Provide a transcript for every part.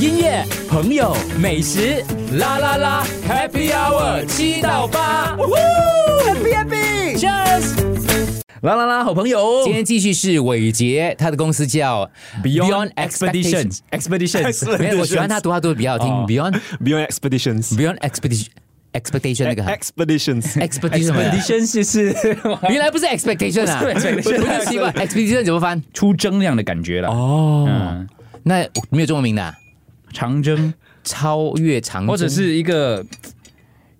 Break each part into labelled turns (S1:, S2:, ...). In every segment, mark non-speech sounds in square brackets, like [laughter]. S1: 音乐、朋友、美食，啦啦啦，Happy Hour 七到八
S2: ，Happy Happy，
S1: ，Cheers！啦啦啦，好朋友，
S3: 今天继续是伟杰，他的公司叫
S4: Beyond Expeditions Expeditions
S3: 没有，我喜欢他读，他读的比较好听。
S4: 哦
S3: Beyond
S2: Beyond Expeditions。
S3: Beyond Expedition Expectation 那个 [laughs]
S2: Expeditions，
S3: Expedition 嘛
S4: Expedition 就是
S3: 原来不是 Expectation 啊，
S4: 不是 expectation
S3: 不是奇怪 Expedition 怎么翻？
S4: 出征那样的感觉了。
S3: 哦，
S4: 嗯，
S3: 那没有中文名的啊，
S4: 长征
S3: 超越长征，
S4: 或者是一个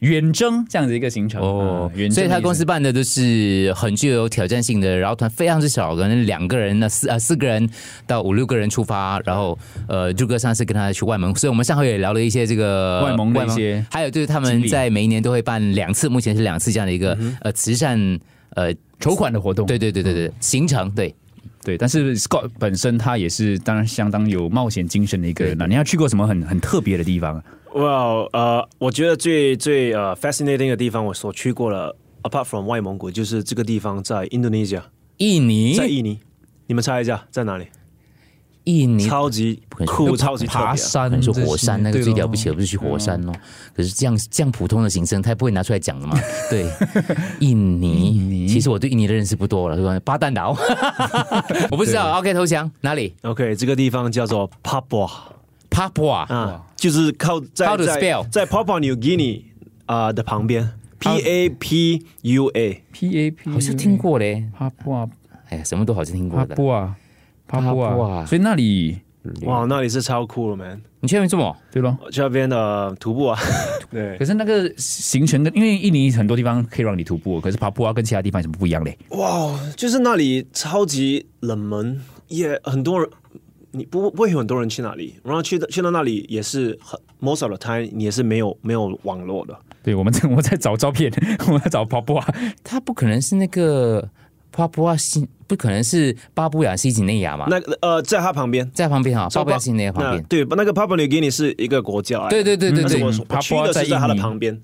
S4: 远征这样子一个行程
S3: 哦
S4: 嗯远征的意思
S3: 所以他公司办的都是很具有挑战性的，然后团非常之少，可能两个人呢四呃四个人到五六个人出发，然后呃朱哥上次跟他去外蒙，所以我们上回也聊了一些这个
S4: 外蒙的一些
S3: 还有就是他
S4: 经
S3: 们
S4: 历嗯
S3: 在每一年都会办两次，目前是两次这样的一个、呃慈善呃
S4: 筹款的活动，嗯
S3: 对对对对对行程对
S4: 对，但是 Scott 本身他也是当然相当有冒险精神的一个人了。你要去过什么很很特别的地方？
S5: 哇，呃，我觉得最最呃 fascinating 的地方，我所去过了，apart from 外蒙古，就是这个地方在 Indonesia，
S3: 印尼
S5: 在印尼。你们猜一下在哪里？
S3: 印尼
S5: 超级酷，超级特
S3: 爬
S5: 别。
S3: 山，是火山那个
S4: 对
S3: 最
S4: 咯
S3: 了不起的，不是去火山哦。可是这样这样普通的行程，他也不会拿出来讲的嘛。对，印尼，其实我对印尼的认识不多了，是吧？巴淡岛，我不知道。OK，投降哪里
S5: OK，这个地方叫做 Papua
S3: ？Papua，
S5: 啊，就是靠在
S3: How to
S5: 在
S3: spell？
S5: 在 Papua New Guinea 啊、的旁边，P A P U A。
S4: P A P
S3: 好像听过嘞。
S4: 帕布啊，
S3: 哎呀，什么都好像听过
S4: 帕
S3: 的。
S4: 布啊，帕布
S3: 帕布啊
S4: 啊，所以那里
S5: 哇，那里是超酷了，man！
S3: 你确定这么？
S4: 对咯。
S5: 我去那边的、呃徒步啊，对
S4: 可，是那个行程跟因为印尼很多地方可以让你徒步，可是帕布啊跟其他地方有什么不一样嘞？
S5: 哇，就是那里超级冷门，也很多人，你不不会有很多人去那里，然后去到去到那里也是很 most of the time 你也是没有没有网络的，
S3: 啊
S4: 对我们在 [laughs] 我在找照片，我在找帕布啊，
S3: 它不可能是那个帕布亚新，不可能是巴布亚新几内亚嘛？
S5: 那呃在它旁边，
S3: 在旁边哈，
S5: So，
S3: 巴布亚新几内亚旁
S5: 那
S3: 边。
S5: 对，那个 Papua New Guinea 是一个国家来的，
S3: 对对对对
S5: 但是
S3: 对
S5: 我，所
S4: 嗯
S5: 我去的
S4: Papua 在
S5: 是在它的
S4: 印尼
S5: 旁边，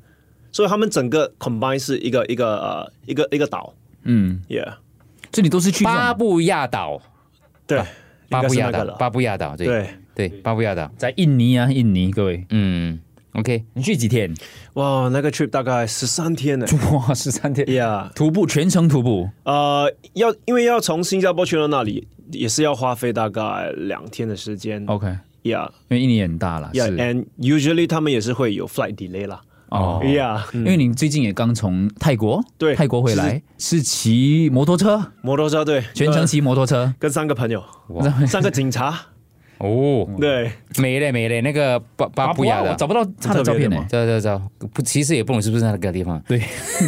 S5: 所以他们整个 combine 是一个一个呃一个一个岛
S4: 嗯，
S5: ，yeah，
S4: 这里都是去这种
S3: 巴布亚岛，
S5: 对，应
S3: 巴
S5: 该
S3: 布
S5: 是
S3: 亚
S5: 那个
S3: 岛，
S5: 了，
S3: 啊巴布亚岛，对
S5: 对。
S3: 对，巴布亚岛。
S4: 在印尼啊，印尼各位，
S3: 嗯，OK，
S4: 你去几 [laughs] 天？
S5: 哇，那个 trip 大概十三天呢。
S4: 哇，十三天
S5: Yeah，
S4: 徒步全程徒步，
S5: 呃，要因为要从新加坡去到那里，也是要花费大概两天的时间。
S4: OK，因为印尼很大啦，哦是
S5: Yeah，Yeah，and usually 他们也是会有 flight delay 啦。
S4: 哦
S5: Yeah，
S4: 因为你最近也刚从泰国，
S5: 对
S4: 泰国回来是骑摩托车，
S5: 摩托车队呃
S4: 全程骑摩托车，
S5: 跟三个朋友，三个警察，
S3: 哦，
S5: 对，
S3: 没了没了，那个巴巴布亚
S4: 哇
S3: 的
S4: 啊我，找不到他的照片呢、
S3: 走走走，不，其实也不懂是不是那个地方，
S4: 对，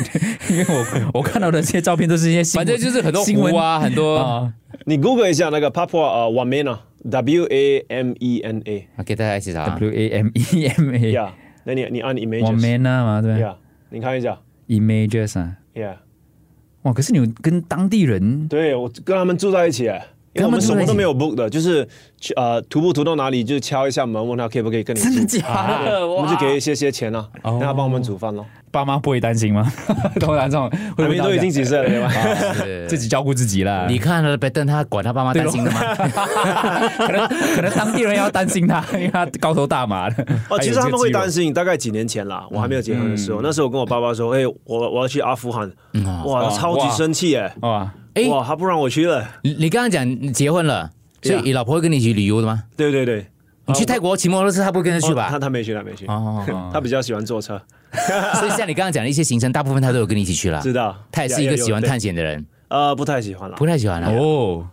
S4: [laughs] 因为我我看到的这些照片都是一些新
S3: 反
S4: 闻，
S3: 正就是很多
S4: 新闻
S3: 湖啊，很多。
S4: 啊，
S5: 你 Google 一下那个 Papua 呃 Wamena，W A M E N A。
S3: 啊给大家一起查。
S4: W A M E M A，
S5: Yeah，那你你按
S4: 我
S5: images。
S4: man 啊嘛，对吧
S5: Yeah，你看一下。
S4: ？Images 啊，
S5: Yeah，
S4: 哇，可是你有跟当地人
S5: 对我跟他们住在一起。因为我们什么都没有 book 的，就是去呃徒步徒到哪里就敲一下门，问他可以不可以跟你住。啊
S4: 假
S5: 我们就给一些些钱啊，
S3: 哦
S5: 让他帮我们煮饭咯。
S4: 爸妈不会担心吗？ [laughs] 通常这种会
S5: 我
S4: 不会
S5: 们都已经几岁了，对吧？
S4: 啊
S5: [laughs]
S3: 是
S4: 自己照顾自己啦？
S3: 你看了拜登，他管他爸妈担心的吗？
S5: [laughs]
S4: 可能可能当地人要担心他， [laughs] 因为他高头大马的。
S5: 哦，其实他们会担
S4: 心。
S5: 心。大概几年前啦，我还没有结婚的
S3: 嗯
S5: 时候，那时候我跟我爸爸说：“哎，我我要去阿富汗。”哇，他超级生气哎！
S4: 哇，
S3: 哦哎
S5: 哇，他不让我去了。
S3: 你你刚刚讲你结婚了，所以
S5: Yeah
S3: 你老婆会跟你一起旅游的吗？
S5: 对对对，
S3: 你去泰国骑摩托车，她不会跟着去
S5: 哦
S3: 吧
S5: 他？他没去，他没去。 [laughs]
S3: 哦，
S5: 他比较喜欢坐车，
S3: 所以像你刚刚讲的一些行程，大部分她都有跟你一起去了。
S5: 知道。
S3: 她也是一个喜欢
S5: 有有
S3: 探险的人，
S5: 对呃，不太喜欢了
S3: 不。太喜欢了。
S4: 哦，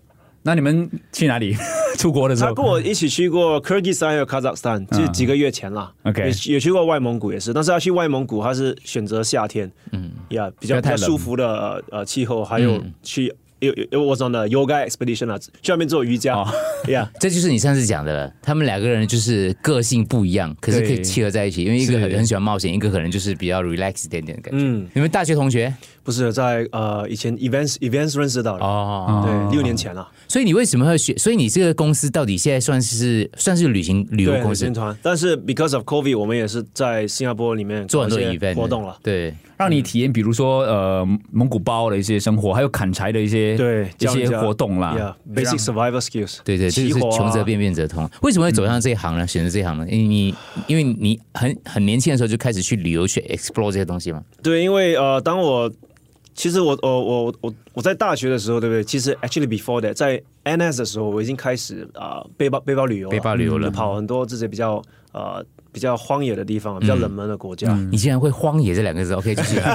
S4: 那你们去哪里？出国的时
S5: 他
S4: 候
S5: 跟我一起去过 Kyrgyzstan 还有 Kazakhstan，就是
S3: 嗯
S5: 几个月前啦。
S4: OK
S5: 也也去过外蒙古也是，但是他去外蒙古，他是选择夏天，嗯，呀，比较
S4: 不要
S5: 比
S4: 太
S5: 较
S4: 冷
S5: 舒服的呃气候，还有
S3: 嗯
S5: 去。有有我 on the yoga expedition 啊，去那边做瑜伽
S4: 哦
S5: [laughs] ，Yeah，
S3: 这就是你上次讲的了，他们两个人就是个性不一样，可是可以
S4: 对
S3: 契合在一起，因为一个很
S4: 是
S3: 很喜欢冒险，一个可能就是比较 relax 一点点的感觉。
S5: 嗯，
S3: 你们大学同学
S5: 不是在呃以前 events events 认识到的，
S3: 哦，
S5: 对，六年前了，啊
S3: 所以你为什么会选？所以你这个公司到底现在算是算是旅行旅游
S5: 对，
S3: 公
S5: 旅
S3: 司
S5: 行，团，但是 because of COVID，我们也是在新加坡里面
S3: 做很多
S5: 搞一些
S3: event
S5: 活动了，
S3: 对，
S4: 让你体验，比如说呃蒙古包的一些生活，还有砍柴的一些
S3: 些
S5: 对
S3: 一
S5: 教人
S3: 些
S5: 家
S3: 活动啦。
S5: Yeah, basic survival skills，
S3: 对对，这
S5: 起
S3: 就是
S5: 火啊
S3: 穷则变，变则通。为什么会走上这一行呢？选择这一行呢？因为你因为你很很年轻的时候就开始去旅游去 explore 这些东西嘛。
S5: 对，因为呃，当我其实我呃我我我我在大学的时候，对不对？其实 actually before that，在 NS 的时候，我已经开始啊、呃背包背包旅游了，嗯
S3: 背包旅游了
S5: 就跑很多这些比较呃比较荒野的地方，比
S3: 嗯
S5: 较冷门的国家，
S3: 你竟然会荒野这两个字，OK，继续。
S5: [laughs]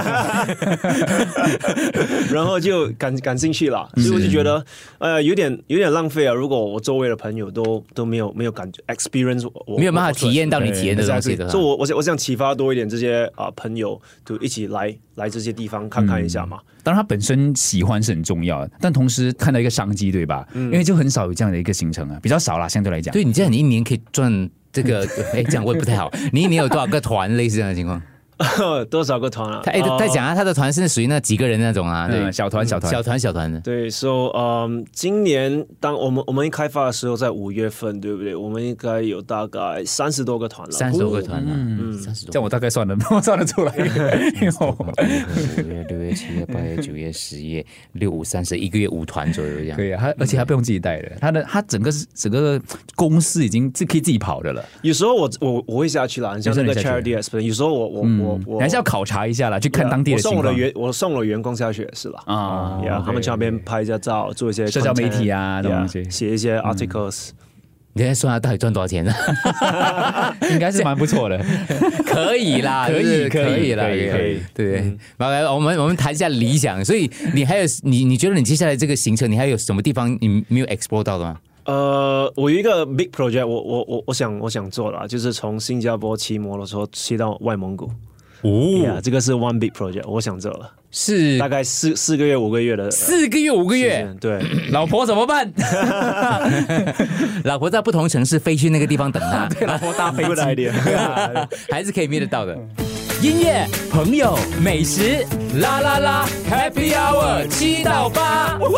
S5: 然后就感感兴趣
S3: 嗯
S5: 了，所以我就觉得呃有点有点浪费啊。如果我周围的朋友都都没有没有感觉 experience，我我
S3: 没有办法
S5: 我出来
S3: 体验到你体验的东西
S5: Exactly
S3: 的话。
S5: 所以我我想我想启发多一点这些啊、朋友，就一起来来这些地方看看一下
S3: 嗯
S5: 嘛。
S4: 当然，他本身喜欢是很重要的，但同时看到一个商机，对吧？
S5: 嗯
S4: 因为就很少有这样的一个行程啊，比较少啦，相对来讲。
S3: 对你这样，你一年可以赚这个， [laughs] 哎，这样我也不太好。你一年有多少个团？类似这样的情况？
S5: [laughs] 多少个团啊？
S3: [laughs] 他哎，他
S5: 呃
S3: 他讲啊，他的团是属于那几个人那种啊，
S4: 嗯
S3: 对，
S4: 小团小团
S3: 小团小团的。
S5: 对，so 嗯、今年当我们我们一开发的时候，在五月份，对不对？我们应该有大概三十多个团了，
S3: 三十多个团啊，三十
S4: 这样
S3: 多。
S4: 我大概算了， [laughs] 我算得出
S5: [laughs]
S4: 来。
S3: 五月、六月、七月、八月、九月、十月、六五、三十，一个月五团左右这样。
S4: 可以啊，他而且他不用自己带的，他的他整个整个公司已经自可以自己跑的了，
S5: 有时候我我我会下去啦，很像那个
S4: 有时候你嗯
S5: charity expo，有时候我我我我
S4: 你还是要考察一下啦，去看当地
S5: 我
S4: 的情
S5: 送我
S4: 况
S5: 的员我送我的员工下去也是啦。
S4: 啊
S5: 呀，他们去那边拍一下照，做一些
S4: 社交媒体啊
S5: content，
S4: 这种
S5: yeah，
S4: 东西嗯
S5: 写一些 articles。
S3: 你现在算他到底赚多少钱呢？
S4: 应该是蛮不错的。
S3: [laughs] [laughs] 可以啦，
S4: 可以
S3: 就是
S4: 可以
S3: 可以嗯啦，
S4: 可以可以
S3: 对，来来，我们我们谈一下理想。所以你还有你你觉得你接下来这个行程，你还有什么地方你没有 explore 到的吗？
S5: 呃，我有一个 big project，我我我我想我想做啦，就是从新加坡骑摩托车骑到外蒙古。哦，这个是 one big project，我想做了，
S3: 是
S5: 大概四四个月五个月的时
S3: 四个月五个月
S5: 间，，对。
S3: 老婆怎么
S4: [laughs]
S3: 办？老婆在不同城市飞去那个地方等他，
S4: 老婆
S3: 啊
S5: [laughs]
S4: 搭飞
S5: Good idea。
S3: 还是可以 meet 得到的。
S1: 音乐、朋友、美食，啦啦啦，Happy Hour 七到八。呜呼